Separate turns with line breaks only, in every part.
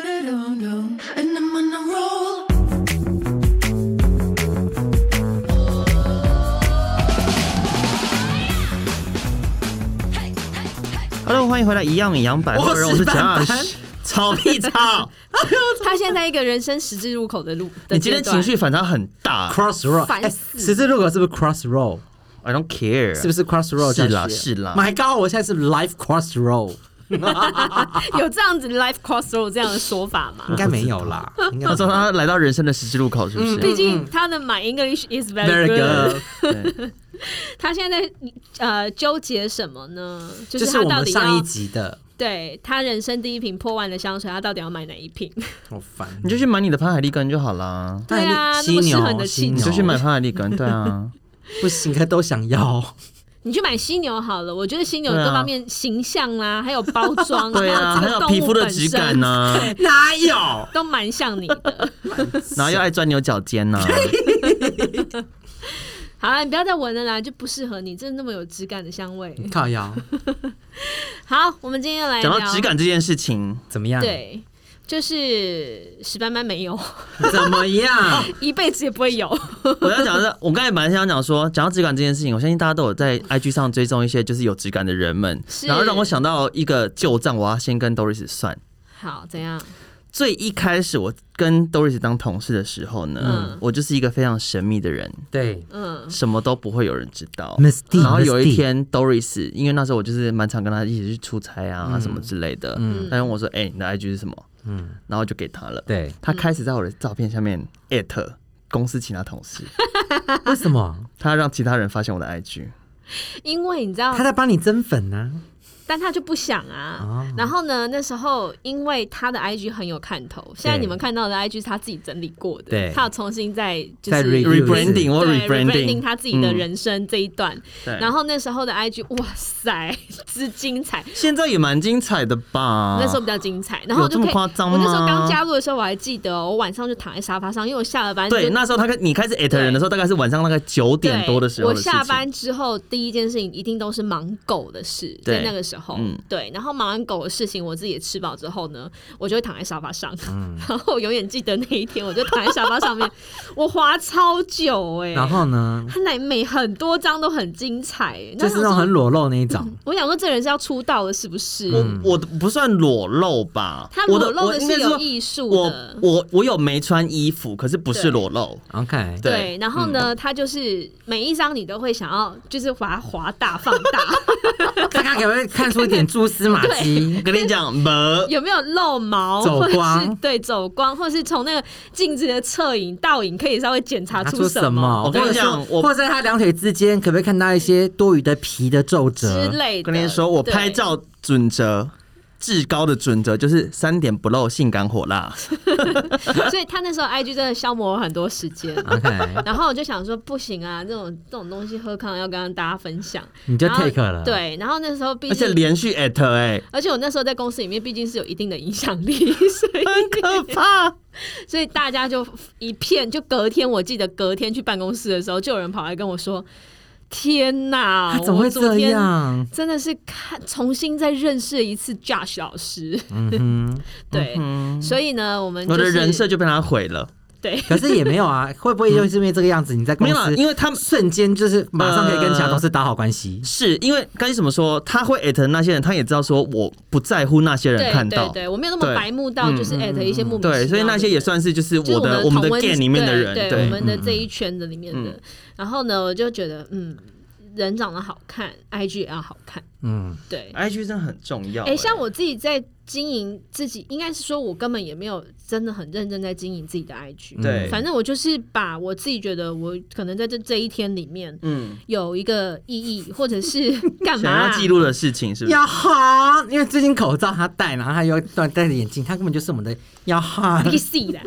And I'm on a roll.
Hello，欢迎回来，一样米阳百货啊人，我是蒋老
我是板板
师。草屁草，
他现在在一个人生十字路口的 路的
你今天
阶
情
段
绪反差很大
cross road，
烦
哎
死
十字路口是不是 cross road？
，I don't care，
是不是 cross road？
是啦
教学
是啦
My God，我现在是 life cross road，
有这样子 life crossroad 这样的说法吗
应？
嗯
该没有 啦，应该
他说他啊来到人生的十字路口，是呃不
嗯毕
是？
竟他的 My English is
very
very good，
good。
他现在在呃纠结什么呢？就
就是是我
他到
们
底要
上一集的，
对他人生第一瓶破万的香水，他到底要买哪一瓶？
好烦
你。就去买你的潘海利根就好啦，
对啊
犀
那么适合你
牛，
的
犀
气
你
牛，
质
就去买潘海利根，对啊，
不行，可都想 要。
你去买犀牛好了，我觉得犀牛
对啊
各方面形象啦、还有包 装、
对 啊，
还
还
有
有
这个
皮
动
肤
物
的
本
质
身
感啊呢，
哪有？
都蛮像你的。
然后又爱钻牛角尖啊呢，
好啦，你不要再闻了啦，就不适合你，真的那么有质感的香味。
靠腰
好，我们今天要来
讲
聊
到质感这件事情，
怎么样？，
对，就是史班班没有，
怎么 样？
一辈子也不会有。
我要讲的是，我刚才本来想讲说，讲到质感这件事情，我相信大家都有在 IG 上追踪一些就是有质感的人们，
是
然后让我想到一个旧账，我要先跟 Doris 算。
好，怎样？
最一开始我跟 Doris 当同事的时候呢，
嗯
我就是一个非常神秘的人，
对
嗯，
什么都不会有人知道。
，Miss D，
然后有
Miss D
一，天，Doris 因为那时候我就是蛮常跟他一起去出差啊、什么之类的，嗯，他问我说：“哎、你的 IG 是什么？”嗯，然后我就给他了。
对，
他开始在我的照片下面 at 公司其他同 事，
为什么
他让其他人发现我的 IG。
因为你知道
他，在帮你增粉啊呢？
但他就不想啊。
哦
然后呢，那时候因为他的 IG 很有看头，现在
对
你们看到的 IG 是他自己整理过的，
对
他有重新在就
在
是
re-
对
rebranding 或
rebranding
rebranding，嗯
他自己的人生这一段。
对
然后那时候的 IG，哇塞， 之精彩！
现在也蛮精彩的吧？
那时候比较精彩，然
啊有
后我就
这么
可以，
夸张
我那时候
吗
刚加入的时候，我还记得哦、我晚上就躺在沙发上，因为我下了班就
对，那时候他跟你开始 at 人的时候，大概是晚上大概九点
对
多的时候
我
的事情。
下班之后第一件事情一定都是忙狗的事，
对
在那个时候，
嗯
对，然后忙完狗的事情，我自己也吃饱之后呢，我就会躺在沙发上，
嗯
然后我永远记得那一天，我就躺在沙发上 面，我滑超久哎、
然后呢，
他奶每很多张都很精彩、欸，
就是那种很
很，
裸露那一 种。
我想说这人是要出道了是不是？
嗯
我我不算裸露吧，
他
我
裸露
嗯我
的
应该
是有
说
艺术
我
的。
我我有没穿衣服，可是不是
对
裸露。
OK，
对嗯
对，然后呢，他就是每一张你都会想要，就是把它华大放大，
大家可不可以看出一点蛛丝马迹
我？嗯跟你讲，没
有没有漏毛，
走光
或者是对走光，或者是从那个镜子的侧影、倒影，可以稍微检查
拿
出
出什么？
我跟你讲
或者说
我
或者在他两腿之间，可不可以看到一些多余的皮的皱
之
褶？
类的。
跟你说，我
对
拍照准则至高的准则就是三点不露，性感火辣。
所以他那时候 IG 真的消磨我很多时间。
OK，
然后我就想说，不行啊，这种这种东西何康要跟大家分享，
你就
然后
take 了
对，然后那时候毕
而且
竟，
连续 at 哎、
而且我那时候在公司里面毕竟是有一定的影响力， 所以
很可怕。
所以大家就一片，就隔天，我记得隔天去办公室的时候，就有人跑来跟我说：“天哪，
他怎么会
我昨
这
天
样？
真的是看重新再认识一次 Josh 老师，
嗯哼，
对，所以呢，我们、就
我
是、
的人设就被他毁了。
对，
可是也没有啊，会不会就是因为这个样子，你在公
没有啦，
司
因为他们
瞬间就是马上可以跟其他同事打好关系？
是因为该怎么说，他会 at 那些人，他也知道说我不在乎那些人
对
看
对
到。
对，我没有那么
对
白目到
嗯
就是艾特一些莫名其妙的
对，
人
所以那些也算是就是
就是
我的我们
们同
的
温
game 里面的人，
对，对我们的这一圈子里面的。
嗯
然后呢，我就觉得嗯，人长得好看，IG 也要好看，
嗯，
对，
IG 真的很重要、欸
哎、像我自己在经营自己，应该是说我根本也没有真的很认真在经营自己的 IG。
对
反正我就是把我自己觉得我可能在这这一天里面
嗯，
有一个意义，或者是 干嘛、
想要
啊？
记录的事情是不是？
要哈，因为最近口罩他戴，然后他又戴戴着眼镜，他根本就是我们的要 哈。
PC 啦，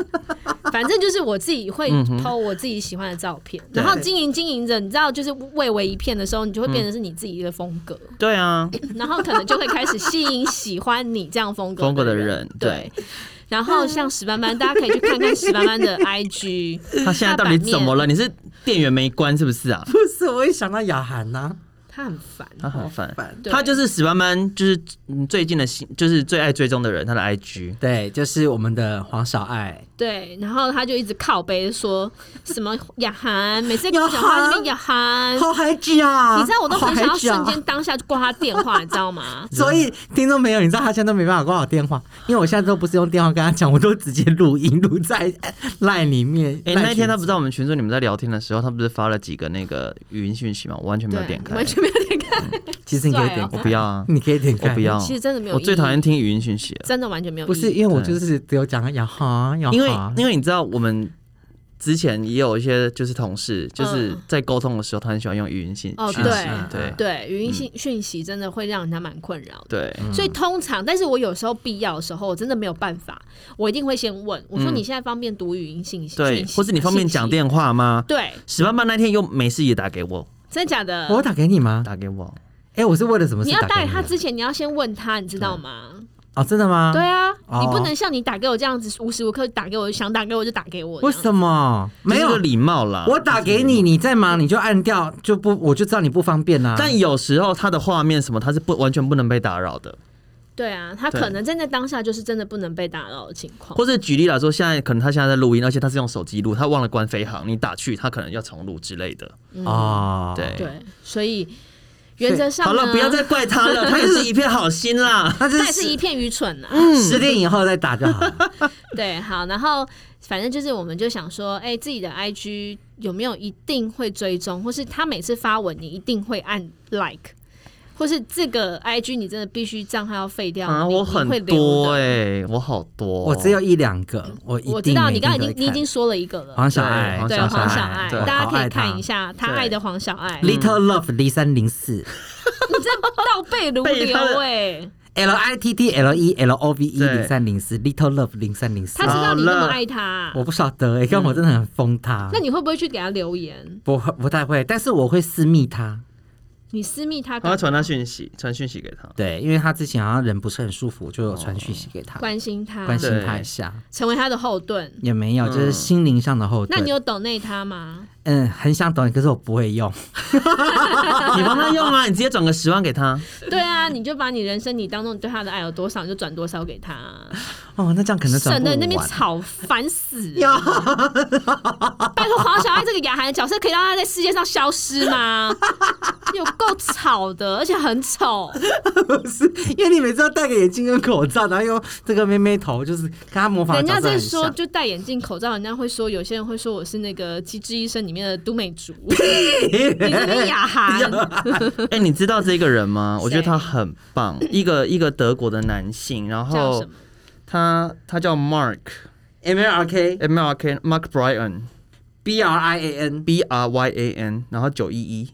反正就是我自己会
嗯哼
抛我自己喜欢的照片，
对
然后经营经营着，你知道，就是蔚为一片的时候，你就会变成是你自己的风格，
对啊，
然后可能就会开始吸引喜欢你这样风格
风格的
人，
人，对
对。然后像史班班，大家可以去看看史班班 的 IG，
他现在到底怎么了？你是电源没关是不是啊？
不是，我一想到雅涵呐、啊
他他很烦。
他很烦
烦，
对
他就是史班班，就是嗯最近的新，就是最爱追踪的人，他的 IG。
对，就是我们的黄小爱，
对，然后他就一直靠背说什么雅涵，每次跟
雅
我讲话那边
涵
雅涵，
好孩子啊！
嗯你知道我都很想要瞬
好孩子
间
啊。
当下就挂他电话，你知道吗？
所以听众朋友，你知道他现在都没办法挂我电话，因为我现在都不是用电话跟他讲，我都直接录音录在赖里面。
哎、
赖
那一天他
群
不知道我们群组你们在聊天的时候，他不是发了几个那个语音讯息吗？我完全 没有点开
完，全没有点开。
其实你可以
帅哦
点
我
开，
不要 啊，
你可以点开，
我不要，
其实真的没有
我
意义
最讨厌听语音讯息了，
真的完全没有意
不
义。
是因为我就是只有讲雅涵，雅涵，
因为
啊
因为你知道我们。之前也有一些就是同事，就是
嗯
在沟通的时候，他很喜欢用语音信
哦
讯息
对
对
对语音
嗯
信讯息真的会让人家蛮困扰的。
对，
所以通常，但是我有时候必要的时候，我真的没有办法，我一定会先问我说：“你现在方便读语音信息？”
嗯对
讯，息
或是你方便讲？电话吗
信息？对，
史班班那天又没事也打给我，
真的假的？
我有打给你吗？
打给我，
哎，我是为了什么事
你要打
打
给
给你
他
的？
之前，你要先问他，你知道吗？
哦，真的吗？
对啊，
哦
你不能像你打给我这样子，无时无刻打给我，想打给我就打给我。
为什么？没
这是
有
个，礼貌啦。
我打给你，你在忙你就按掉，就不我就知道你不方便啦。啊
但有时候他的画面什么，他是不完全不能被打扰的。
对啊，他
对
可能站在当下就是真的不能被打扰的情况。
或者举例来说，现在可能他现在在录音，而且他是用手机录，他忘了关飞行，你打去他可能要重录之类的。
嗯
哦，
对，
对，所以原则上
好了，
呢
不要再怪他了，他也是一片好心啦。
那这
但是一片愚蠢呐、啊
十点以后再打就好了。
对，好，然后反正就是我们就想说，哎、自己的 IG 有没有一定会追踪，或是他每次发文你一定会按 like，或是这个 IG 你真的必须账号要废掉，
啊，
你
我
你会
很
留
多
的
哎、我好多 哦、
我只有一两个，我欸一定
我知道
每
你
天
刚刚已
都会
经你已
看
经说了一个了。
黄小爱，
对
对
黄
黄小
小
爱，
对
大家
好
可以
爱她
看一下他
对
爱的黄小爱，你
Little Love 零三零四
这倒背如
被
流
她的
哎，
L I T T L E L O V E
对
零三零四 Little Love 零三零四
他知，道你那
好
么
了
爱他，
我不晓得哎，但我真的很疯他
那，你会不会去给他留言？
不会不太会，但是我会私密他，
你私密他
我
干
要
嘛，
传他讯息，传讯息给他。
对，因为他之前好像人不是很舒服，我就有传讯息给他，
关心他，
关心他一下，
成为他的后盾。
也没有，就是心灵上的后
那
盾
你。有抖内他吗？
嗯，很想懂你，可是我不会用，
你帮他用啊，你直接转个十万给他。
对啊，你就把你人生你当中对他的爱有多少，你就转多少 给他，
哦，那这样可能转
省
不
得你那边
完。
吵，烦死了。拜托，黄小爱这个雅涵的角色可以让他在世界上消失 吗？有够吵的，而且很丑。
不是，因为你每次要戴个眼镜跟口罩，然后又这个妹妹头，就是跟她模仿的
人
角
家
色
在
很
说，
像。
就戴眼镜、口罩，人家会说，有些人会说我是那个《机智医生》里面的都美 竹，你是那个雅涵。
哎、你知道这个人吗？我觉得
谁
他很棒，一个一个德国的男性，然
叫
后
什么？
他他叫 Mark
M L R K
M R K Mark Bryan
B R I A N，
B R Y A N，然后九一一，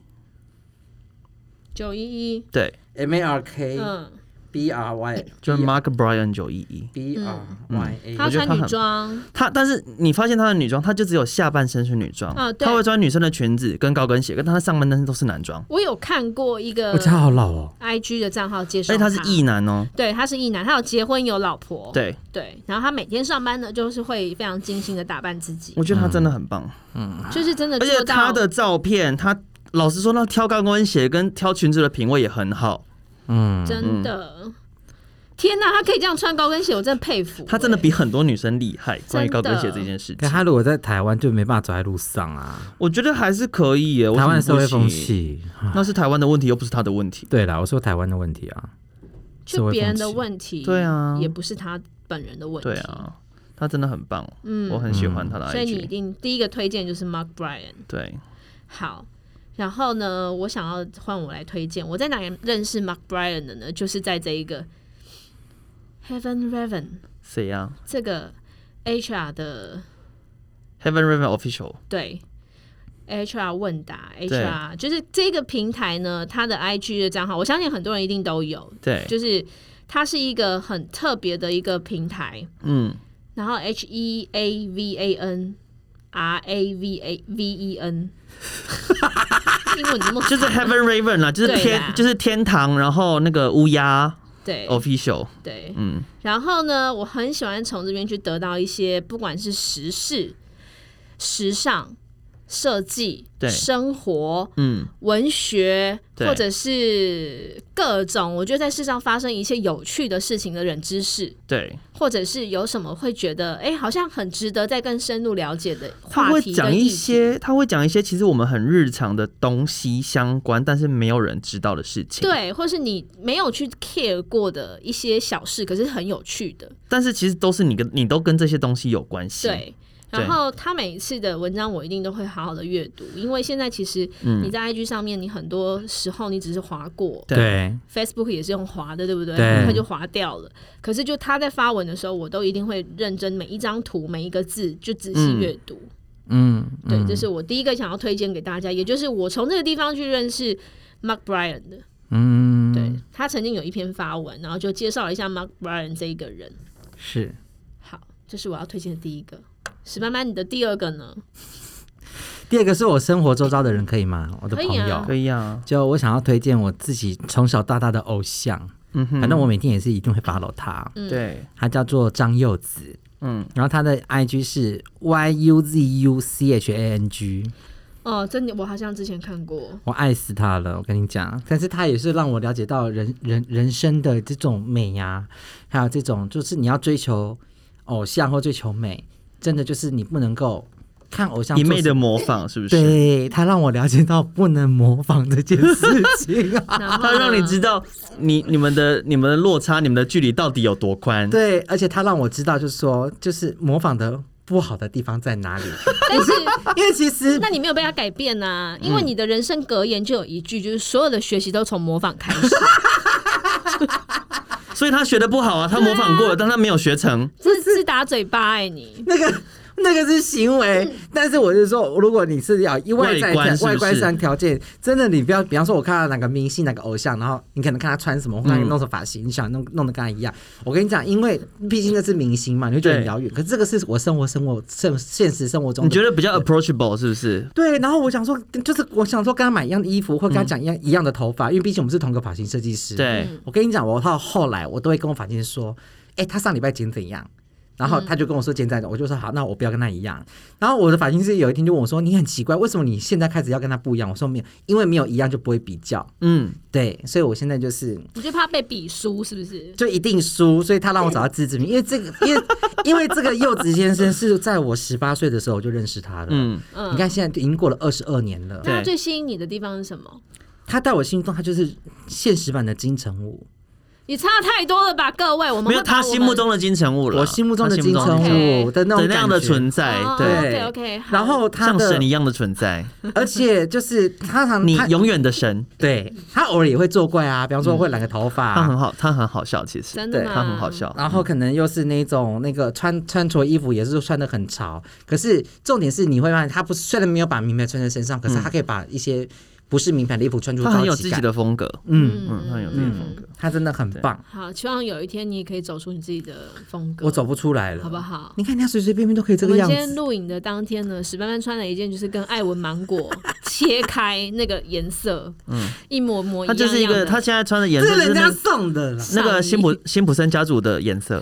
九一一，
对，
M A R K
嗯。
B R Y，
就是 Mark Bryan 九一一。
B R Y A，
她
哎我觉得
穿
她
女
很
装，
他但是你发现他的女装，他就只有下半身是女装，
啊对
他会穿女生的裙子跟高跟鞋，跟他上半身都是男装，
我有看过一个
我家好老哦，
IG 的账号介绍，
而且他是异，男哦、
对，他是异男，他有结婚有老婆，
对，
对，然后他每天上班呢，就是会非常精心的打扮自己，
我觉得他真的很棒，
就是真的
嗯而且
嗯做
他
到。
的照片，他老实说，那挑高跟鞋跟挑裙子的品味也很好，
嗯，
真的，天哪，他可以这样穿高跟鞋，我真的佩服、欸
他真的比很多女生厉害。关于
真的
高跟鞋这件事
可
情，
她如果在台湾就没办法走在路上啊，
我觉得还是可以耶。
台湾
为什
社
么
会
不
风
行，
气。啊
那是台湾的问题，又不是他的问题。
对啦，我说台湾的问题啊，
欸就别人的问题，
对啊
也不是他本人的问题，
对。啊，他真的很棒，
嗯
我很喜欢他的
所以你一
IG。
定第一个推荐就是 Mark Bryan，
对，
好，然后呢，我想要换我来推荐，我在哪里认识 Mark Bryan 的呢？就是在这一个 Heaven Raven
谁呀
这个 HR 的
？Heaven Raven Official，
对 HR 问答 HR 就是这个平台呢，它的 IG 的账号，我相信很多人一定都有，
对，
就是它是一个很特别的一个平台，
嗯，
然后 H E A V A N R A V A V E N，英文怎么
就是 Heaven Raven 啦，就是
对啦
天，就是天堂，然后那个乌鸦
对
Official，
对，
嗯，
然后呢，我很喜欢从这边去得到一些，不管是时事、时尚，设计、
对
生活、
嗯，
文学，
对
或者是各种我觉得在世上发生一些有趣的事情的冷知识，
对，
或者是有什么会觉得哎、诶好像很值得再更深入了解的
他
话
会
题
讲
跟
一
议题
些，他会讲一些其实我们很日常的东西相关，但是没有人知道的事情。，
对，或是你没有去 care 过的一些小事，可是很有趣的。
但是其实都是你跟你都跟这些东西有关系。，
对。
对
然后他每一次的文章，我一定都会好好的阅读，因为现在其实
嗯
你在 IG 上面，你很多时候你只是划过
对
对，
，Facebook 也是用划的，对不对？
对
很快就划掉了。可是就他在发文的时候，我都一定会认真每一张图、每一个字就仔细
嗯
阅读。
嗯，
对，
嗯
这是我第一个想要推荐给大家，也就是我从这个地方去认识 Mark Bryan 的。
嗯，
对、他曾经有一篇发文，然后就介绍了一下 Mark Bryan 这一个人。
是
好，这是我要推荐的第一个。史斑斑，你的第二个呢？
第二个是我生活周遭的人可以吗？我的
可以
朋友，
啊
可以啊，
就我想要推荐我自己从小到大的偶像，
嗯哼，
反正我每天也是一定会 follow 他，
嗯
对，
他叫做张柚子，
嗯，
然后他的 IG 是 Y U Z U C H A N G，
哦，真的，我好像之前看过。
我爱死他了，我跟你讲，但是他也是让我了解到人人人生的这种美呀、还有这种就是你要追求偶像或追求美，真的就是你不能够看偶像
一
做
昧
什
的
么。
模仿是不是？
对他让我了解到不能模仿这件事情、啊，
然后
他
呢
让你知道你你们的你们的落差，你们的距离到底有多宽。
对，而且他让我知道，就是说，就是模仿的不好的地方在哪里。
但是，
因为其实
那你没有被他改变呐、因为你的人生格言就有一句，就是所有的学习都从模仿开始。
所以他学的不好啊，他模仿过了，但他没有学成。
这自打嘴巴哎、你
那个那个是行为，但是我是说，如果你是要以外在
外观是不是
外观上条件，真的你不要，比方说，我看到哪个明星、哪个偶像，然后你可能看他穿什么，或者
嗯
弄什么发型，你想弄弄得跟他一样。我跟你讲，因为毕竟那是明星嘛，你会觉得很
对
遥远。可是这个是我生活、生活、现现实生活中
你
的
觉得比较 approachable 是不是？
对，然后我想说，就是我想说跟他买一样的衣服，或跟他讲一样、一样的头发，因为毕竟我们是同个发型设计师。
嗯对，
我跟你讲，我到后来我都会跟我发型师说，哎、他上礼拜剪怎样？然后他就跟我说剪怎样，我就说好，那我不要跟他一样。然后我的发型师有一天就问我说，你很奇怪，为什么你现在开始要跟他不一样？我说没有，因为没有一样就不会比较。
嗯，
对，所以我现在就是
你就怕被比输是不是？
就一定输，所以他让我找到自知之明，因为这个，因为因为这个柚子先生是在我十八岁的时候我就认识他了。
嗯，
嗯，
你看现在已经过了二十二年了。
那他
对
最吸引你的地方是什么？
他在我心中，他就是现实版的金城武。
你差太多了吧，各位！我们
没有
会把
他
我
心
们
目中的金城武了，
我心目中的
他
金城
的
武的那种
的那样的
感觉
存在，
哦
对，
对
OK，OK，好
然后他
像
的嗯
神，一样的存在，
而且就是他常
你
他
永远的神。
对他偶尔也会作怪啊，比方说会染个头发
他
啊、
很好，他很好笑，其实
真的啊
对
吗？
他很好。笑。
然后可能又是那种那个穿穿着衣服也是穿的很潮，可是重点是你会发现他不虽然没有把名牌穿在身上，可是他可以把一些不是名牌的衣服穿出
他很
高
有
级
自己
感。
的风格，
嗯
嗯，他很有自己的风格。
他真的很棒，
好，希望有一天你也可以走出你自己的风格。
我走不出来了，
好不？好？
你看他随随便便都可以这
我
个
们
样
今天
子，
录影的当天呢，史班班穿了一件就是跟艾文芒 果切开那个颜色，嗯，一模模一
他
样
就是一
样
个，
的
他现在穿的颜
这
色
是
就是
人
那
家
个
送的啦，
那个
上衣
辛普辛普森家族的颜 色。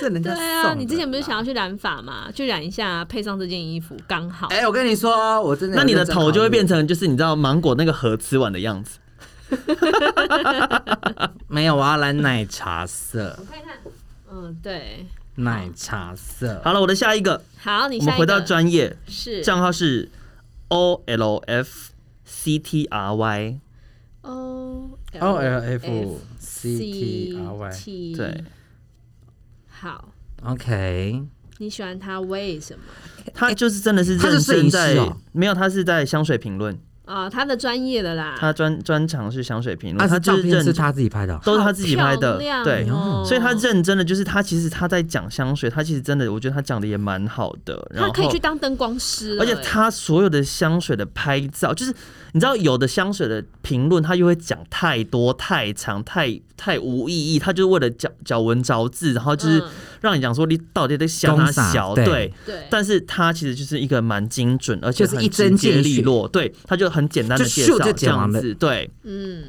这人家
对
送
啊，你之前不是
的啦
想要去染发嘛？去染一下，配上这件衣服刚好。
哎、我跟你说，我真的
那你的
认真
头就
考
会
虑
变成就是你知道芒果那个核瓷碗的样子。
没有，我要来奶茶色，
嗯，对，
奶茶色。
好了，我的下一个，
好，你
我们
下一
回到
个
专业，
是
账号是 O L F C T R Y，
O
O L F C T R Y，
T
对，
好，
OK，
你喜欢他为什么？
他就是真的是
他是
认
摄影
真
师
在
哦，
没有他是在香水评论，
啊、他的专业的啦，
他专专长是香水评
那
论，他
啊是
就
照
是
片
认
是他自己拍的哦，
都是他自己拍的
好漂，亮
对，
哦
所以他认真的就是他其实他在讲香水，他其实真的我觉得他讲的也蛮好的，然
他
后
可以去当灯光师了
而
欸，
且他所有的香水的拍照，就是你知道有的香水的评论，他又会讲太多、太长、太太无意义，他就是为了矫矫文嚼字，然后就是
嗯
让你讲说你到底在想哪
公傻
小
对
对。
对，
但是他其实就是一个蛮精准，而且
就是
很
一针
直接
见血
利落，对，他就很简单的
就
介
咻
绍
就
这
讲完
样
了
子，对，
嗯，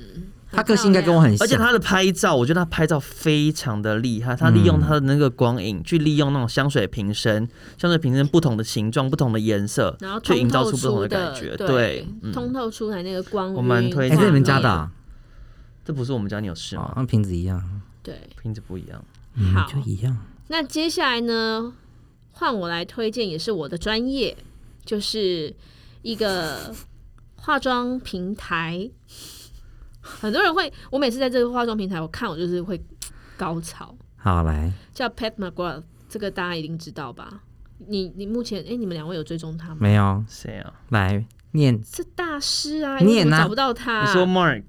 他个性应该跟我很像，
而且他的拍照，我觉得他拍照非常的厉害，他利用他的那个光影、去利用那种香水瓶身，香水瓶身不同的形状、不同的颜色
然后，
去营
通
造
透
出不同
出
感觉。
对
对，，嗯，
通透出来那个光晕。
我蛮推
哎、
荐
这你
画
们
面
家的、啊，
这不是我们家，你有事
哦
吗？，
跟瓶子一样，
对，
瓶子不一样，
嗯
好，
就一样。
那接下来呢，换我来推荐，也是我的专业，就是一个化妆平台。很多人会，我每次在这个化妆平台，我看我就是会高潮，
好来，
叫 Pat McGrath，这个大家一定知道吧？你你目前哎、你们两位有追踪他吗？
没有
谁啊？
来念
是大师啊，
你也
因为我
拿
找不到他。
你说 Mark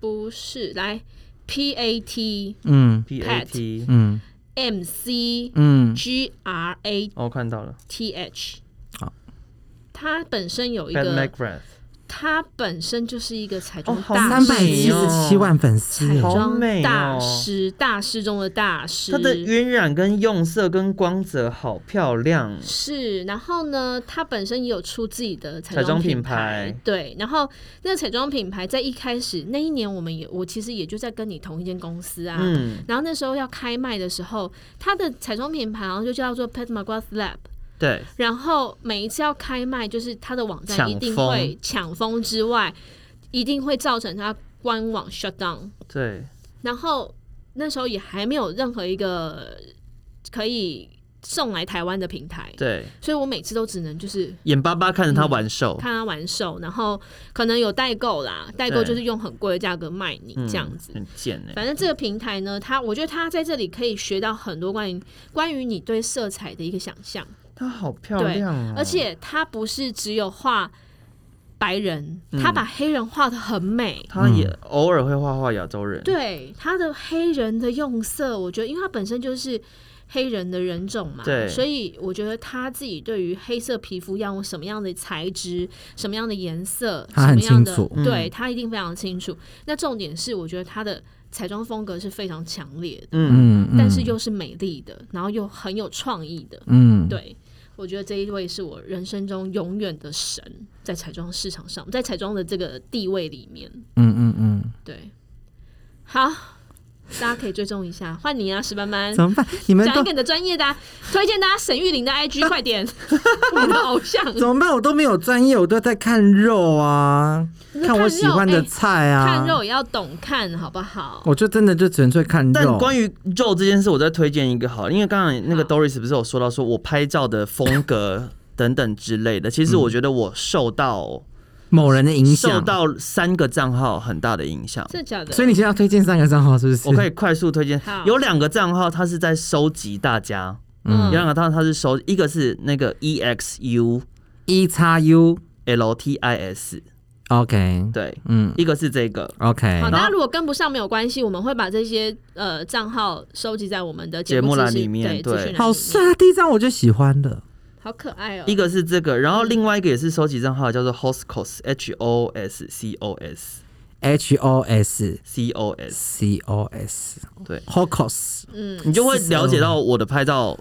不是？来 P A T
嗯
P A T，
嗯
M C
嗯，
G R A
哦，我看到了
T H
好。
他本身有一
Pat
个
McGrath，
他本本身就是一个彩
哦
妆
好
大
三百七
师，
哦
十七万粉丝
彩
好
哦，
妆
美哦
大师，大师中的大师。
哦它的晕染跟用色跟光泽好漂亮，
是，啊然后呢，他本身也有出自己的彩
彩妆
品
品牌
对。然后那个彩妆品牌在一开始那一年，我们也我其实也就在跟你同一间公司啊。
嗯，
然后那时候要开卖的时候，它的彩妆品牌好像就叫做 Pat McGrath Lab。
对，
然后每一次要开卖，就是它的网站
抢
一定
疯
会抢风之外，一定会造成它官网 shut down。
对，
然后那时候也还没有任何一个可以送来台湾的平台，
对，
所以我每次都只能就是
眼巴巴看着他玩手，
嗯看他玩售，然后可能有代购啦，代购
对
就是用很贵的价格卖你这样子。
嗯很贱哎，
反正这个平台呢，它我觉得它在这里可以学到很多关于关于你对色彩的一个想象，
它好漂
对
亮
啊
哦，
而且它不是只有画白人，
嗯
它把黑人画的很美。
他也偶尔会画画亚洲人，
对他的黑人的用色，我觉得，因为他本身就是黑人的人种嘛，
对
所以我觉得他自己对于黑色皮肤要用什么样的材质、什么样的颜色、
他
什
很
么样
清
的
楚，嗯
对他一定非常清楚。那重点是，我觉得他的彩妆风格是非常强烈的，
嗯，
嗯，嗯
但是又是美丽的，然后又很有创意的，
嗯，
对。我觉得这一位是我人生中永远的神，在彩妆市场上，在彩妆的这个地位里面，
嗯嗯嗯，
对，好，大家可以追踪一下，换你啊，石斑斑，
怎么办？你们
讲一
都
个你的专业的、啊，推荐大家沈玉玲的 IG，快点，我们的偶像。
怎么办？我都没有专业，我都在看肉啊，
看
看我喜欢
肉
的
哎
菜啊，
看肉也要懂看，好不好？
我就真的就纯粹看
但
肉。
关于肉这件事，我再推荐一个好了，因为刚才那个
好
Doris 不是有说到说我拍照的风格 等等之类的，其实我觉得我受到
某人的嗯影
受
响，
到三个账号很大的影响。
真的假的？
所以你现在要推荐三个账号是不是？
我可以快速推荐
好，
有两个账号，它是在收集大家，有两
嗯，
个账号它是收，一个是那个 E X U
E 叉 U
L T I S，
OK，
对，
嗯
一个是这个，
OK，
好，大家如果跟不上没有关系，我们会把这些呃账号收集在我们的
节目
资
栏
讯
里面
对，
对
资讯栏
好
里
帅
面，
啊！第一张我就喜欢了，
好可爱哦，
一个是这个，然后另外一个也是收集账号，叫做 Hoscos H O S C O S
H O S
C O S，
C O S，
对
，Hocus，
嗯
你就会了解到我的拍照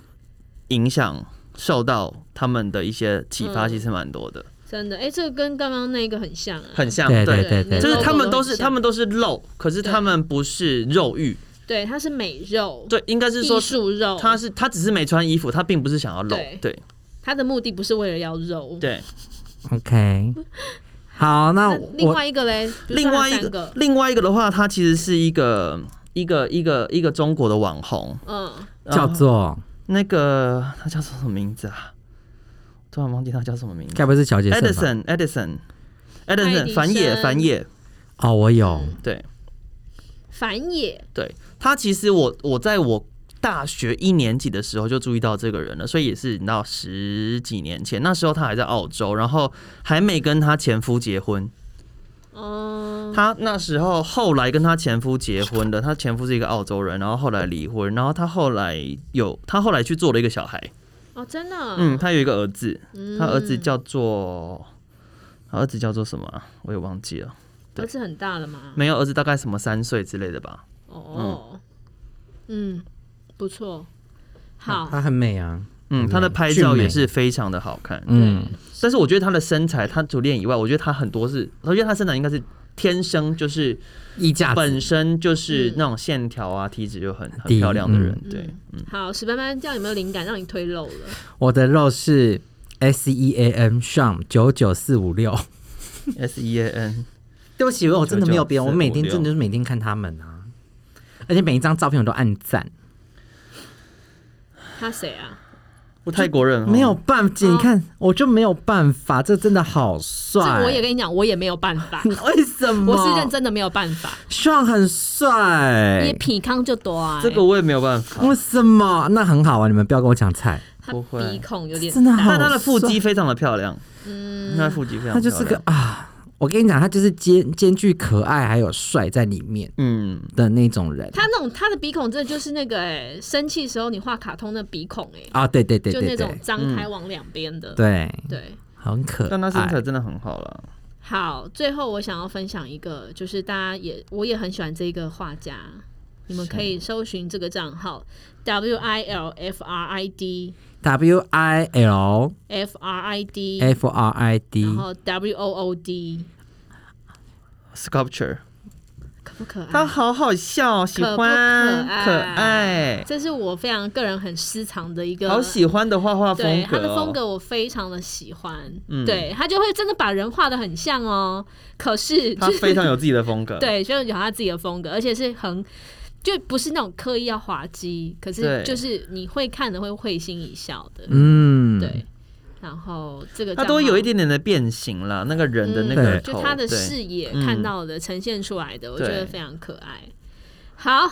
影响受到他们的一些启发，
嗯
其实蛮多的，
真的，哎，这个跟刚刚那个很像啊，
很像
对
对。
对
对
对，
就是他们都
都很
是
像
他们都是肉，可是他们不是肉欲，
对，它是美肉，
对，应该是
艺
说
术肉，
他是他只是没穿衣服，他并不是想要露
对，
对
它的目的不是为了要肉，
对。
OK，好，那
那另
我
外一个嘞，不是
另外
还有
一
三
个
个，，
另外一个的话，他其实是一个一个一个一个中国的网红，
嗯，
叫做，
那个他叫什么名字啊？突然忘记他叫什么名字
该不会是小姐生吧？
，Edison Edison
爱迪
Edison
生
反野反野，
哦，我有，
对
反野，
对，他其实我我在我。大学一年级的时候就注意到这个人了，所以也是你知道十几年前，那时候他还在澳洲，然后还没跟他前夫结婚，
嗯，
她那时候后来跟她前夫结婚的，她前夫是一个澳洲人，然后后来离婚，然后她后来有她后来去做了一个小孩，
哦，真的，
嗯，她有一个儿子，
嗯，
她儿子叫做她儿子叫做什么啊、我也忘记了，对
儿子很大了嘛，
没有儿子大概什么三岁之类的吧，
哦，嗯，不错，好，
她很美啊，
嗯，
嗯
她的拍照
俊美
也是非常的好看，
嗯
嗯，
但是我觉得她的身材，她除练以外，我觉得她很多是，我觉得她身材应该是天生就是
衣架子
本身就是那种线条啊、体脂就很很漂
嗯
亮的人，对，
好，史班班，这样有没有灵感让你推漏了？
我的肉是 S E A M Sham 九九四五六。
S E A N，
对不起，我真的没有别人，
99456
我每天真的就是每天看他们啊，而且每一张照片我都按赞，
他谁啊？
泰国人哦
没有办法，
哦
你看我就没有办法，这真的好
这
帅。
我也跟你讲，我也没有 办法，
为什么？
我是认真的没有办法。
，Sean 很
你
帅，
皮康就多啊、
哎这个我也没有办法，
为什么？那很好啊，你们不要跟我讲菜，
他
不会
鼻孔有点
真的好
但
帅。
他的腹肌非常的漂亮，嗯，他的腹肌非常漂亮，
他就是个啊，我跟你讲，他就是兼兼具可爱还有帅在里面
嗯，
的那种人
他那种他的鼻孔真的就是那个哎、生气时候你画卡通的鼻孔哎、
啊，对对对
就
对
那种
对
张开往两边的。
嗯对，
对，
很可
但他身
爱。
材真的很好了，
好，最后我想要分享一个，就是大家也我也很喜欢这个画家，你们可以搜寻这个账号 W I L F R I D
W I L
F R I D，
F R I D，
然后 W O O D，
sculpture，
可不可
他
爱？
好好笑，喜
可不
欢
嗯可爱
可爱，
这是我非常个人很私藏的一个，
好喜欢的画画风
对
格、哦，
他的风格我非常的喜欢，
嗯
对他就会真的把人画的很像哦。可是
他
就是
非常有自己的风格，，
对，就是有他自己的风格，而且是很就不是那种刻意要滑稽，可是
对
就是你会看的会会心一笑的，
嗯，
对。然后这个
他
账
都会
号
有一点点的变形了，那个人的那个
对
头，
就他的
对
视野
嗯
看到的、呈现出来的，我觉
对
得非常可爱。好，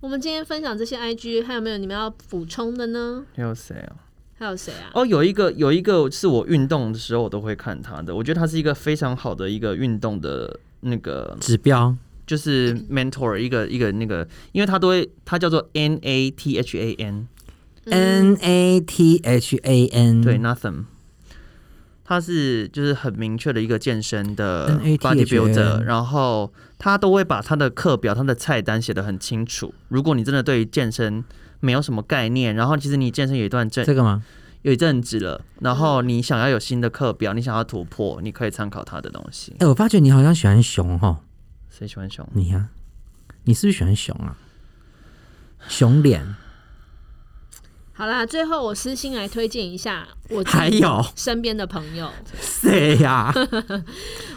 我们今天分享这些 IG，还有没有你们要补充的呢？
还有谁啊？
还有谁啊？
哦，有一个有一个是我运动的时候我都会看他的，我觉得他是一个非常好的一个运动的那个
指标
就是 mentor 一个一个那个，因为他都会他叫做 N A T H A N，
嗯
N A T H A N，
对 Nothing。他是就是很明确的一个健身的
NATHN
bodybuilder，然后他都会把他的课表、他的菜单写得很清楚。如果你真的对于健身没有什么概念，然后其实你健身有一段阵
这个吗？
有一阵子了，然后你想要有新的课表，你想要突破，你可以参考他的东西
哎、。
嗯
我发觉你好像喜欢熊哦，
谁喜欢熊？
你呀、你是不是喜欢熊啊？熊脸
好啦，最后我私心来推荐一下我自己
还有
身边的朋友，
谁呀、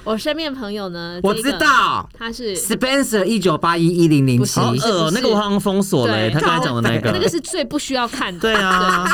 我身边的朋友呢，
我
这
知
个
道
他是
，Spencer 一九八一一零零
不
七
是，
好恶、
不是
那个我好像封锁了、欸
对
他刚才讲的那个。
那个是最不需要看的，
对 啊，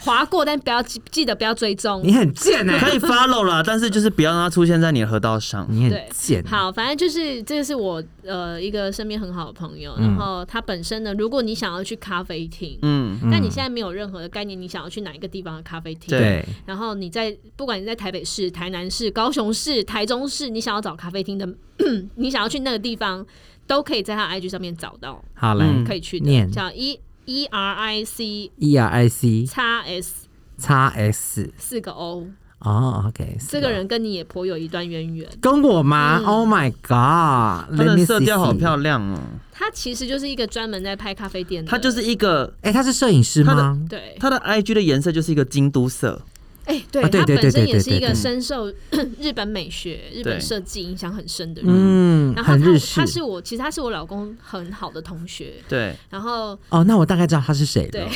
划过，但不要记记得不要追踪
你。很贱哎、
可以 follow 啦，但是就是不要让它出现在你的河道上。
你很
对
贱。欸
好，反正就是这个是我呃一个身边很好的朋友，
嗯
然后他本身呢，如果你想要去咖啡厅，
嗯，
但你现在没有任何的概念，你想要去哪一个地方的咖啡厅，
对，
然后你在不管你在台北市、台南市、高雄市、台中市，你想要找咖啡厅的， 你想要去那个地方，都可以在他的 IG 上面找到
好来、
嗯
可以去的，
念
叫 E E R I C
E R I C
叉 S
叉 S
四个 O，
哦，OK，
这个人跟你也颇有一段渊源。
跟我吗、o
嗯
h my
它
God，
的色调好漂
亮。
亮哦、
他其实就是一个专门在拍咖啡店的，
它就是一个
哎、他是摄影师
他的
吗？
嗯对，
它的 IG 的颜色就是一个京都色，
哎、对
啊对
他
对
本
对
身
对
也
对
是一
对
个
对
深受 日本美学、日本
对
设计影响很深的人。
嗯，
然后
很
他
日式
他是我，其实他是我老公很好的同学。
对，
然后
哦。那我大概知道他是谁了
对。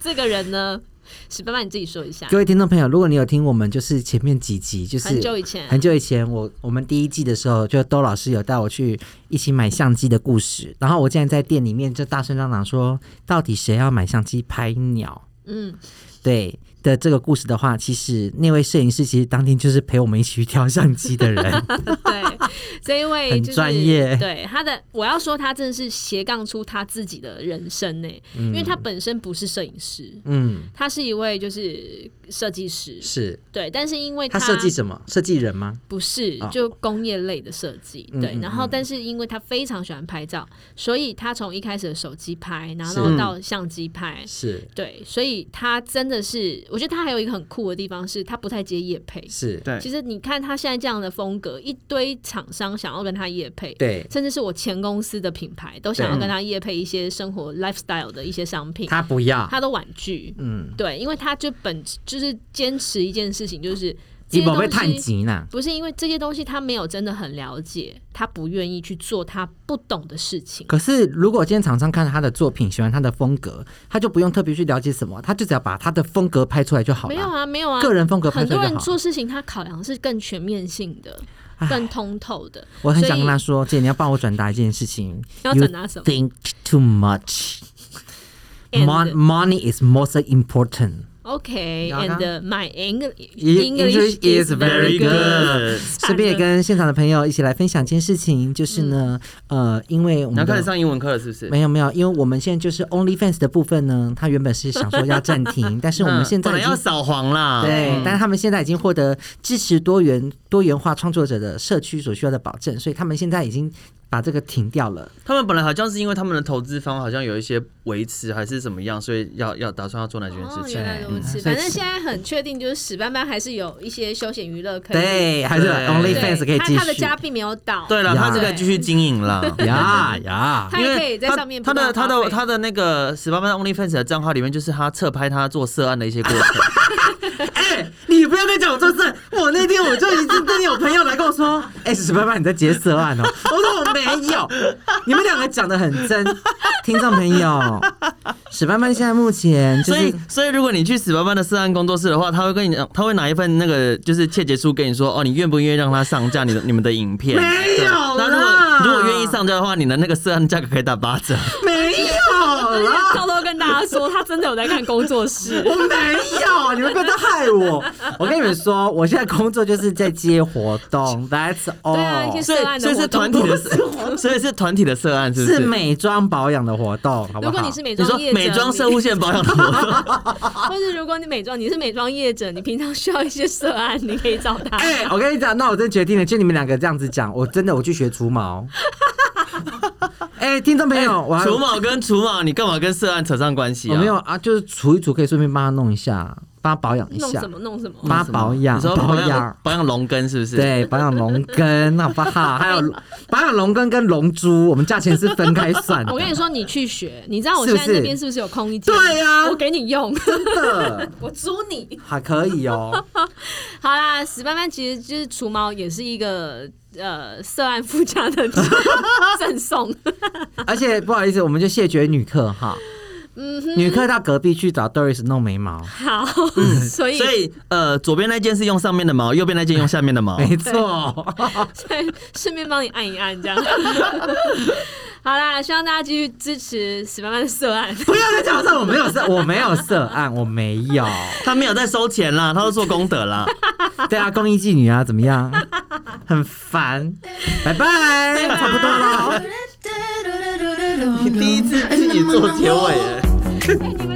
这个人呢，史爸爸你自己说一下
各，位听众朋友，如果你有听我们就是前面几集，就是
很久以前，
很久以前我我们第一季的时候，就都老师有带我去一起买相机的故事，然后我竟然在店里面就大声嚷嚷说，到底谁要买相机拍鸟？
嗯，
对的这个故事的话，其实那位摄影师其实当天就是陪我们一起去挑相机的人，
对，这一位
很
就是
专业
对他的，我要说他真的是斜杠出他自己的人生呢、因为他本身不是摄影师，
嗯，
他是一位就是设计师，
是
对，但是因为
他设计什么？设计人吗？
不是
哦，
就工业类的设计，
嗯
对。
嗯
然后，但是因为他非常喜欢拍照，所以他从一开始的手机拍，然后
是
到相机拍，
是
对。所以他真的是，我觉得他还有一个很酷的地方是，他不太接夜配。
是，
对
其实你看他现在这样的风格，一堆厂商想要跟他夜配，
对，
甚至是我前公司的品牌都想要跟他夜配一些生活 lifestyle 的一些商品，
嗯他不要，
他都婉拒。
嗯，
对，因为他就本就是坚持一件事情，就是这
你
些
宝贝
东
探
西。
级呢？
不是因为这些东西他没有真的很了解，他不愿意去做他不懂的事情。
可是，如果今天厂商看了他的作品，喜欢他的风格，他就不用特别去了解什么，他就只要把他的风格拍出来就好了。
没有啊，没有啊，
个人风格拍
很
出
多
来
人
就好
做。事情他考量是更全面性的、更通透的。
我很想
所以
跟他说，姐，你要帮我转达一件事情。
要转达什么
You think too much.
And-
Mon money is most important. Yeah,
OK，and、
yeah.
my English
English is very
very
good. 顺便也跟现场的朋友一起来分享一件事情，就是呢，
嗯
呃，因为我
你要
们
开
的
始上英文课了，是不是？
没有没有，因为我们现在就是 OnlyFans 的部分呢，它原本是想说要暂 停，但是我们现在
嗯本
已
来
经
要扫嗯黄啦，
对，但是他们现在已经获得支持多元多元化创作者的社区所需要的保证，所以他们现在已经把这个停掉了。
他们本来好像是因为他们的投资方好像有一些维持还是怎么样，所以要要打算要做哪件事
哦，
情
原。来如此。
嗯
反正现在很确定，就是史班班还是有一些休闲娱乐可以。
对，还是有
对
对
OnlyFans 可以
他
继
他的
续。
家并没有倒。
对了，
呀
他这个继续经营啦。
呀呀，
哦 他
因
也
为
可以在上面
他
不
他的
报
他
花
的
费
他的那个十八班 OnlyFans 的账号里面，就是他侧拍他做涉案的一些过 程。
哎你不要再讲我做事。我那天我就已经跟有朋友来跟我说， 哎、史爸爸你在结色案哦。 我说我没有，你们两个讲的很真，听众朋友，史爸爸现在目前就
所
是
以，所以如果你去史班班的涉案工作室的话，他会跟你，他会拿一份那个就是切结书跟你说，哦，你愿不愿意让他上架你的你们的影片？
没有啦
那如果如果愿意上架的话，你的那个涉案价格可以打八折。
没有
而且
啦。
偷偷跟大家说，他真的有在看工作 室。
我没有，你们不要再害我！我跟你们说，我现在工作就是在接活动，That's
对啊，一
all，
些
所
涉案
以，
的
所以
活
是
动
团体的涉，所以是团体的涉案，是不
是
是？
美妆保养的活动，好不好？
如果你是美
你说
妆业者，
美妆
你
生 物线保养的活动，
或是如果你美妆，你是美妆业者，你平常需要一些涉案，你可以找他。
哎、我跟你讲，那我真决定了，就你们两个这样子讲，我真的我去学除毛。 哎、听众朋友，我还
除毛跟除毛，你干嘛跟涉案扯上关系啊？
我没有啊，就是除一除，可以顺便帮他弄一下，帮他保养一
弄
下
什，么弄什么？
帮他保养
你说
保
保
养
养。保养龙根是不是？，
对，保养龙根好不好？还有 保养龙根跟龙珠，我们价钱是分开算的。
我跟你说，你去学，你知道我
是不
现在那
是
边是不是有空一间？
对啊
我给你用，
真的
我租你。
还可以哦。
好啦，史班班其实就是除毛，也是一个呃涉案附加的 赠送。
而且不好意思，我们就谢绝女客哈。女客到隔壁去找 Doris 弄眉毛，
嗯好，所以
所 以呃，左边那件是用上面的毛，右边那件用下面的毛。
没错。
对，顺便帮你按一按，这样。 好啦，希望大家继续支持史班班的涉案。
不要再讲这，我没有涉，我没有涉案，我没有。
他没有在收钱啦，他都做功德啦。
对啊，公益妓女啊，怎么样？很烦。拜拜，差不多
Ah。
了。
你第一次自己做结尾、欸。
哎你们